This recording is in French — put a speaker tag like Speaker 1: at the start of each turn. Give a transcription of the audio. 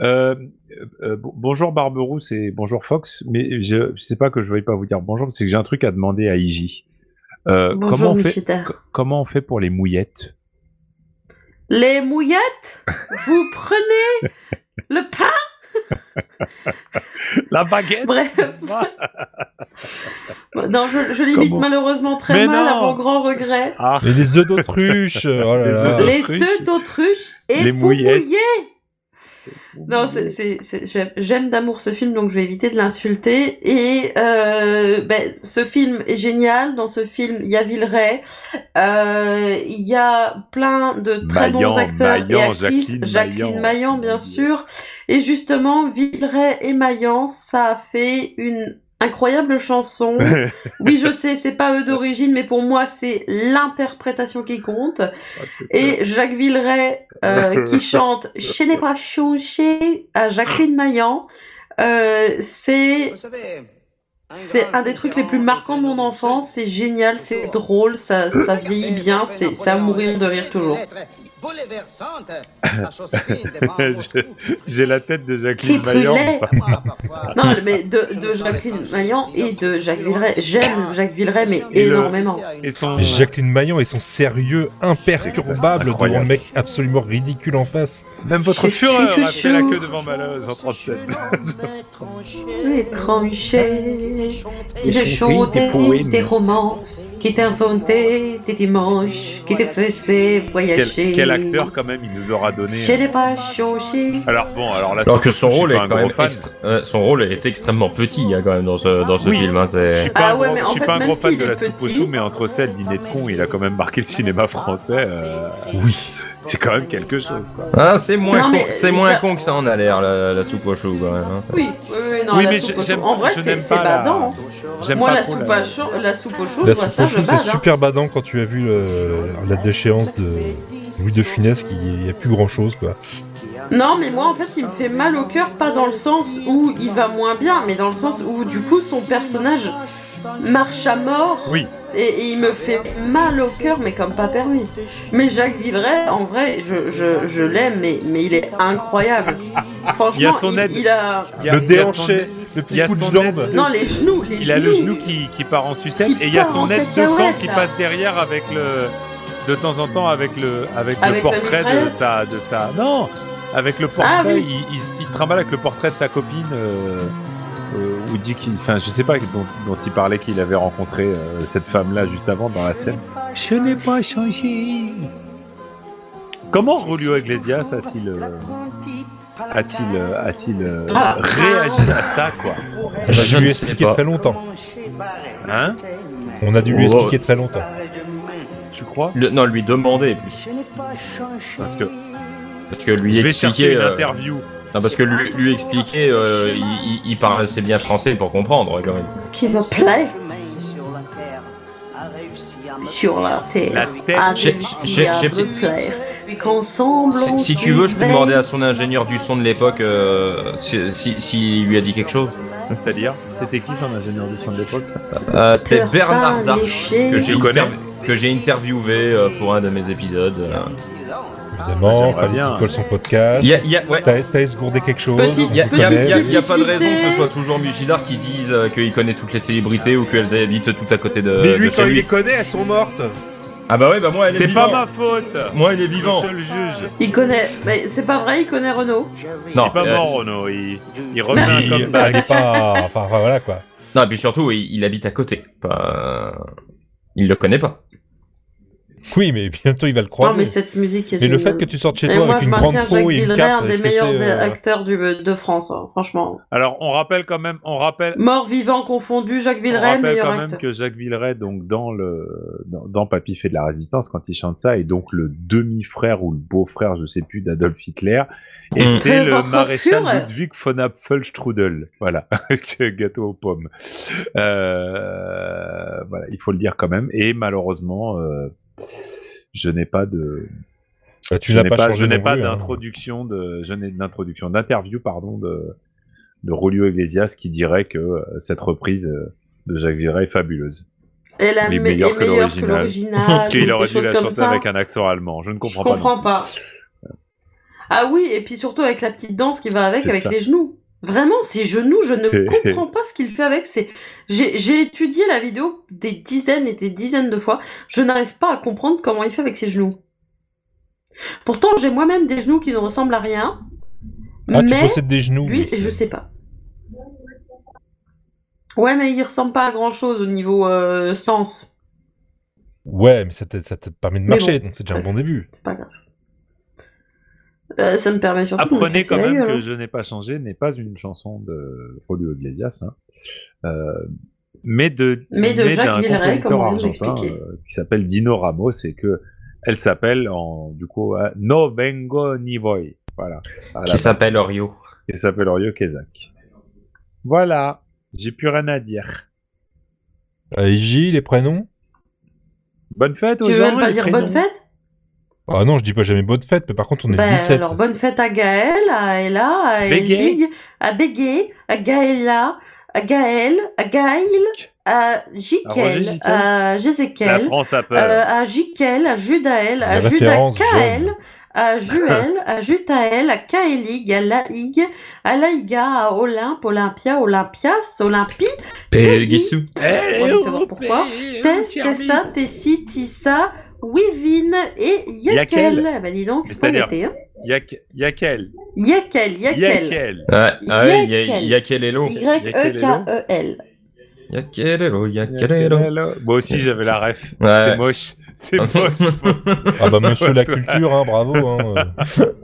Speaker 1: Euh, euh, bon- bonjour Barberousse et bonjour Fox, mais je sais pas que je veuille pas vous dire bonjour, mais c'est que j'ai un truc à demander à IJ. Euh, comment,
Speaker 2: Bonjour,
Speaker 1: on fait,
Speaker 2: Michita.
Speaker 1: co- comment on fait pour les mouillettes
Speaker 2: Les mouillettes, vous prenez le pain
Speaker 1: La baguette
Speaker 2: Bref,
Speaker 1: n'est-ce pas
Speaker 2: non, je, je l'imite
Speaker 1: Comment
Speaker 2: malheureusement très
Speaker 1: Mais
Speaker 2: mal
Speaker 1: non.
Speaker 2: à mon grand regret.
Speaker 1: Ah,
Speaker 3: Et les œufs d'autruche euh, oh là
Speaker 1: Les
Speaker 3: là.
Speaker 1: œufs
Speaker 2: Les
Speaker 1: Autruche.
Speaker 2: œufs d'autruche et
Speaker 1: Les
Speaker 2: vous
Speaker 1: mouillettes.
Speaker 2: mouillez Non, c'est- c'est- c'est- j'aime- j'aime d'amour ce film, donc je vais éviter de l'insulter. Et euh, ben, ce film est génial. Dans ce film, il y a Villeray, euh, il y a plein de très
Speaker 1: Maillan,
Speaker 2: bons acteurs et
Speaker 1: Maillan,
Speaker 2: actrices.
Speaker 1: Jacqueline Maillan.
Speaker 2: Maillan, bien sûr. Et justement, Villeray et Maillan, ça a fait une incroyable chanson. oui, je sais, c'est pas eux d'origine, mais pour moi, c'est l'interprétation qui compte. Et Jacques Villeray euh, qui chante Je n'ai pas chouché à Jacqueline Maillan, euh, c'est c'est un des trucs les plus marquants de mon enfance. C'est génial, c'est drôle, ça, ça vieillit bien, c'est c'est à mourir de rire toujours.
Speaker 1: J'ai la tête de
Speaker 2: Qui
Speaker 1: Jacqueline Maillan.
Speaker 2: brûlait Non, mais de, de Jacqueline Maillan et de Jacques Villeray. J'aime Jacques Villeray, mais
Speaker 1: Et le-
Speaker 2: énormément.
Speaker 1: et son-
Speaker 3: Jacqueline Maillon et son sérieux imperturbable
Speaker 1: Incroyable.
Speaker 3: devant le mec absolument ridicule en face.
Speaker 1: Même votre
Speaker 2: Je
Speaker 1: fureur
Speaker 2: suis
Speaker 1: a fait la
Speaker 2: chouchou.
Speaker 1: queue devant Malheureuse en 37.
Speaker 2: Les tranchées, j'ai chanté des romances qui t'inventaient des dimanches, qui te faisaient
Speaker 1: Quel,
Speaker 2: voyager.
Speaker 1: quel acteur, quand même, il nous aura donné.
Speaker 2: Je n'ai pas changé.
Speaker 1: Alors bon, alors là,
Speaker 4: Alors que son
Speaker 1: je suis
Speaker 4: rôle,
Speaker 1: pas
Speaker 4: est
Speaker 1: un
Speaker 4: quand
Speaker 1: gros
Speaker 4: même
Speaker 1: fan.
Speaker 4: extra- euh, son rôle est extrêmement petit hein, quand même dans ce, dans ce
Speaker 1: Oui.
Speaker 4: film. hein,
Speaker 1: euh, Je
Speaker 4: c'est...
Speaker 1: suis pas
Speaker 2: Ah
Speaker 1: un
Speaker 2: ouais,
Speaker 1: gros,
Speaker 2: mais
Speaker 1: je
Speaker 2: en
Speaker 1: suis
Speaker 2: fait,
Speaker 1: pas un
Speaker 2: même
Speaker 1: gros fan
Speaker 2: s'il
Speaker 1: de
Speaker 2: est
Speaker 1: la soupe aux
Speaker 2: petit-
Speaker 1: choux, mais entre ça et le dîner de con, il a quand même marqué le cinéma français. euh,
Speaker 3: Oui.
Speaker 1: c'est quand même quelque chose, quoi.
Speaker 4: Ah, c'est moins,
Speaker 2: Non,
Speaker 4: con,
Speaker 2: mais
Speaker 4: c'est moins
Speaker 2: j'a-
Speaker 4: con que ça en a l'air, la, la soupe aux choux. quand même, hein.
Speaker 2: Oui, oui, oui, non,
Speaker 1: Oui,
Speaker 2: la
Speaker 1: mais
Speaker 2: soupe
Speaker 1: je-
Speaker 2: aux choux.
Speaker 1: j'aime-
Speaker 2: En vrai,
Speaker 1: je
Speaker 2: c'est
Speaker 1: n'aime
Speaker 2: c'est
Speaker 1: pas la-
Speaker 2: badant. hein.
Speaker 1: J'aime
Speaker 2: Moi,
Speaker 1: pas
Speaker 2: la
Speaker 1: trop
Speaker 2: soupe,
Speaker 1: la-
Speaker 2: à chaud- la soupe aux choux,
Speaker 3: La
Speaker 2: je vois
Speaker 3: soupe
Speaker 2: ça,
Speaker 3: aux
Speaker 2: je
Speaker 3: choux, Bah, c'est
Speaker 2: bats.
Speaker 3: super badant quand tu as vu euh, la déchéance de Louis de Funès qui il y a plus grand chose quoi.
Speaker 2: Non, mais moi, en fait, il me fait mal au cœur, pas dans le sens où il va moins bien, mais dans le sens où, du coup, son personnage marche à mort.
Speaker 1: Oui.
Speaker 2: Et, et il me fait mal au cœur, mais comme pas permis. Mais Jacques Villeray, en vrai, je, je, je l'aime, mais, mais il est incroyable. Franchement,
Speaker 1: Il y a son
Speaker 2: il,
Speaker 1: aide.
Speaker 2: il a.
Speaker 1: Il y a-
Speaker 3: le
Speaker 1: il y a son-
Speaker 3: déhanché, le
Speaker 1: il y
Speaker 3: petit
Speaker 1: a
Speaker 3: coup de
Speaker 1: son
Speaker 3: jambe.
Speaker 1: aide-
Speaker 2: Non, les genoux, les
Speaker 1: Il a le genou qui, qui part en sucette
Speaker 2: Qui
Speaker 1: et il y a
Speaker 2: part
Speaker 1: son
Speaker 2: en Ah
Speaker 1: aide de camp
Speaker 2: cacahuète,
Speaker 1: qui
Speaker 2: là.
Speaker 1: passe derrière avec le de temps en temps avec le avec, le
Speaker 2: Avec la
Speaker 1: portrait de
Speaker 2: mitrailleuse.
Speaker 1: sa de sa non avec le portrait
Speaker 2: Ah, oui.
Speaker 1: il, il se- il se trimballe avec le portrait de sa copine euh, euh, ou dit qu'il enfin je sais pas dont, dont il parlait qu'il avait rencontré euh, cette femme là juste avant dans la scène je n'ai pas changé comment Julio Iglesias a-t-il euh, a-t-il euh, a-t-il euh,
Speaker 2: Ah.
Speaker 1: réagi à ça quoi
Speaker 3: On a
Speaker 4: Je
Speaker 3: dû lui
Speaker 4: ne sais
Speaker 3: expliquer
Speaker 4: pas.
Speaker 3: très longtemps.
Speaker 1: hein
Speaker 3: On a dû lui
Speaker 4: Wow.
Speaker 3: expliquer très longtemps.
Speaker 1: tu crois
Speaker 4: Le- non, lui demander. plus.
Speaker 1: parce que
Speaker 4: Parce que lui
Speaker 1: je vais
Speaker 4: expliquer.
Speaker 1: chercher une
Speaker 4: euh,
Speaker 1: interview
Speaker 4: non, parce que lui, lui expliquer, euh, il, il- il parle assez bien français pour comprendre quand même.
Speaker 2: Qui me plaît sur la terre.
Speaker 1: La terre.
Speaker 2: Ah,
Speaker 4: J'ai-
Speaker 2: si,
Speaker 4: j'ai-
Speaker 2: à
Speaker 4: j'ai-
Speaker 2: me plaire. Puis qu'ensemble,
Speaker 4: Si,
Speaker 2: on
Speaker 4: si tu veux, je peux
Speaker 2: surveille.
Speaker 4: demander à son ingénieur du son de l'époque euh, si, si, s'il lui a dit quelque chose.
Speaker 1: C'est-à-dire C'était qui son ingénieur du son de l'époque
Speaker 4: Euh, C'était
Speaker 2: Cœur
Speaker 4: Bernard
Speaker 2: fin,
Speaker 4: Darche
Speaker 2: léché.
Speaker 4: que j'ai
Speaker 1: Tu connais
Speaker 4: interv- que j'ai interviewé euh, pour un de mes épisodes. euh.
Speaker 3: Évidemment,
Speaker 1: J'aimerais
Speaker 3: Fanny
Speaker 1: bien.
Speaker 3: qui colle son podcast.
Speaker 4: Il y a, il y a- ouais.
Speaker 3: Thaïs Thaïs gourdait quelque chose.
Speaker 2: Petit-
Speaker 3: on
Speaker 4: Il y a,
Speaker 3: le
Speaker 4: il y a-
Speaker 3: connaît.
Speaker 4: il y a- il y a pas de
Speaker 2: Publicité.
Speaker 4: raison que ce soit toujours Michidar qui dise euh, qu'il connaît toutes les célébrités ou qu'elles habitent tout à côté de,
Speaker 5: Mais lui,
Speaker 4: de chez
Speaker 5: quand il les
Speaker 4: Euh, lui.
Speaker 5: connaît, elles sont mortes.
Speaker 4: Ah bah ouais, bah moi elle est
Speaker 1: C'est pas
Speaker 4: vivante.
Speaker 1: ma faute
Speaker 4: Moi elle est
Speaker 1: Vivant
Speaker 4: vivante.
Speaker 1: seul juge
Speaker 2: Il connaît, mais c'est pas vrai, il connaît Renaud.
Speaker 4: Non,
Speaker 1: Il est pas
Speaker 4: euh,
Speaker 1: mort, Renaud, il, il refait un
Speaker 3: Il- euh, il est
Speaker 1: comeback.
Speaker 3: pas. Enfin, enfin, voilà quoi.
Speaker 4: non, et puis surtout, il, il habite à côté. Pas... euh, Il le connaît pas.
Speaker 3: Oui, mais bientôt il va le
Speaker 2: Non,
Speaker 3: croiser.
Speaker 2: mais cette musique est
Speaker 3: Et le
Speaker 2: géniale.
Speaker 3: fait que tu sortes chez
Speaker 2: et
Speaker 3: toi
Speaker 2: moi,
Speaker 3: avec
Speaker 2: je
Speaker 3: une grande
Speaker 2: maintiens Jacques
Speaker 3: faux et une
Speaker 2: Villeray, un
Speaker 3: cape,
Speaker 2: des
Speaker 3: est-ce que c'est,
Speaker 2: meilleurs
Speaker 3: euh,
Speaker 2: acteurs du, de France, hein, franchement.
Speaker 1: Alors, on rappelle quand même, on rappelle,
Speaker 2: Mort, vivant, confondu, Jacques
Speaker 1: on
Speaker 2: Villeray,
Speaker 1: rappelle
Speaker 2: meilleur
Speaker 1: quand même
Speaker 2: acteur.
Speaker 1: que Jacques Villeray, donc dans le dans, dans Papy fait de la résistance, quand il chante ça, est donc le demi-frère ou le beau-frère, je sais plus, d'Adolf Hitler, et
Speaker 4: Mm.
Speaker 1: c'est
Speaker 2: C'est
Speaker 1: le
Speaker 2: votre
Speaker 1: maréchal
Speaker 2: Führer.
Speaker 1: Ludwig von Apfelstrudel, voilà, Que gâteau aux pommes. Euh, voilà, il faut le dire quand même, et malheureusement, euh, je n'ai pas de,
Speaker 3: bah, tu
Speaker 1: je
Speaker 3: n'as
Speaker 1: n'ai
Speaker 3: pas,
Speaker 1: pas,
Speaker 3: changé
Speaker 1: je n'ai
Speaker 3: non
Speaker 1: pas
Speaker 3: plus, hein.
Speaker 1: d'introduction de, je n'ai d'introduction d'interview pardon de de Rolio Iglesias qui dirait que euh, cette reprise euh, de Jacques Villeray est fabuleuse.
Speaker 2: Elle est
Speaker 1: Il est
Speaker 2: me- est
Speaker 1: meilleur
Speaker 2: meilleure
Speaker 1: que
Speaker 2: que
Speaker 1: l'original.
Speaker 2: l'original.
Speaker 1: Parce qu'il
Speaker 2: ou
Speaker 1: aurait
Speaker 2: Ah, des
Speaker 1: dû
Speaker 2: choses
Speaker 1: la
Speaker 2: comme
Speaker 1: chanter
Speaker 2: ça.
Speaker 1: avec un accent allemand. Je ne comprends
Speaker 2: Je comprends
Speaker 1: pas.
Speaker 2: pas. Ah oui, et puis surtout avec la petite danse qui va avec,
Speaker 1: C'est
Speaker 2: avec
Speaker 1: ça.
Speaker 2: les genoux. Vraiment, ses genoux, je ne comprends pas ce qu'il fait avec. ses- J'ai j'ai étudié la vidéo des dizaines et des dizaines de fois. Je n'arrive pas à comprendre comment il fait avec ses genoux. Pourtant, j'ai moi-même des genoux qui ne ressemblent à rien.
Speaker 3: Ah, tu
Speaker 2: mais
Speaker 3: possèdes des genoux.
Speaker 2: lui, je sais pas. Ouais, mais il ressemble pas à grand chose au niveau euh, sens.
Speaker 3: Ouais, mais ça te, ça te permet de
Speaker 2: Mais
Speaker 3: marcher,
Speaker 2: bon.
Speaker 3: donc c'est déjà un bon début.
Speaker 2: C'est pas grave. Euh, ça me permet surtout de me
Speaker 1: Apprenez
Speaker 2: casser
Speaker 1: quand
Speaker 2: la
Speaker 1: même
Speaker 2: gueule, hein.
Speaker 1: que Je n'ai pas changé n'est pas une chanson de Julio Iglesias, hein. Euh, mais de
Speaker 2: Mais de Jacques
Speaker 1: d'un
Speaker 2: Villeray,
Speaker 1: compositeur
Speaker 2: comme on vient
Speaker 1: argentin
Speaker 2: d'expliquer.
Speaker 1: euh, qui s'appelle Dino Ramos et que elle s'appelle en du coup euh, No Vengo Ni Voy. Voilà. À la
Speaker 4: Qui s'appelle Orio.
Speaker 1: Elle s'appelle Orio Kezak. Voilà. J'ai plus rien à dire.
Speaker 3: Euh, Iji, les prénoms
Speaker 1: Bonne fête aux
Speaker 2: Tu veux
Speaker 1: gens.
Speaker 2: même pas
Speaker 1: les
Speaker 2: dire
Speaker 1: prénoms.
Speaker 2: bonne fête
Speaker 3: Ah non, je dis pas jamais bonne fête, mais par contre, on est le
Speaker 2: Ben,
Speaker 3: 17.
Speaker 2: alors bonne fête à Gaël, à Ella, à
Speaker 1: Bégué.
Speaker 2: Elvig, à Bégué, à Gaëlla, à Gaël, à Gaël, à
Speaker 1: À Roger
Speaker 2: Jiquel,
Speaker 1: Jiquel.
Speaker 2: à
Speaker 1: La
Speaker 2: Jézékel,
Speaker 1: France a peur.
Speaker 2: euh, à Jiquel, à Judaël, à
Speaker 3: La référence
Speaker 2: Judaël,
Speaker 3: jaune.
Speaker 2: à Juel, à Jutaël, à Kaelig, à Laïg, à Laïga, à Olympe, Olympia, Olympias, Olympie,
Speaker 4: Et
Speaker 2: Peggy.
Speaker 4: Guissou.
Speaker 2: on va savoir pourquua. Tess, Tessa, Tessie, Tissa, Wivin et Yakel.
Speaker 1: Yakel.
Speaker 2: Ah bah dis donc, c'est pas
Speaker 1: C'est-à-dire-
Speaker 2: gâté, hein.
Speaker 1: Yak- Yakel.
Speaker 2: Yakel, Yakel.
Speaker 1: Yakel.
Speaker 4: Ouais, ah ouais, il y a-
Speaker 2: Yakel.
Speaker 4: il y a quel élo.
Speaker 2: E Y-E-K-E-L.
Speaker 4: Il y a quel élo, il y a quel élo.
Speaker 1: Yakelelo. Moi aussi j'avais la ref.
Speaker 4: Ouais.
Speaker 1: C'est moche. C'est moche.
Speaker 3: Ah bah, monsieur la culture, hein, bravo. Hein. euh.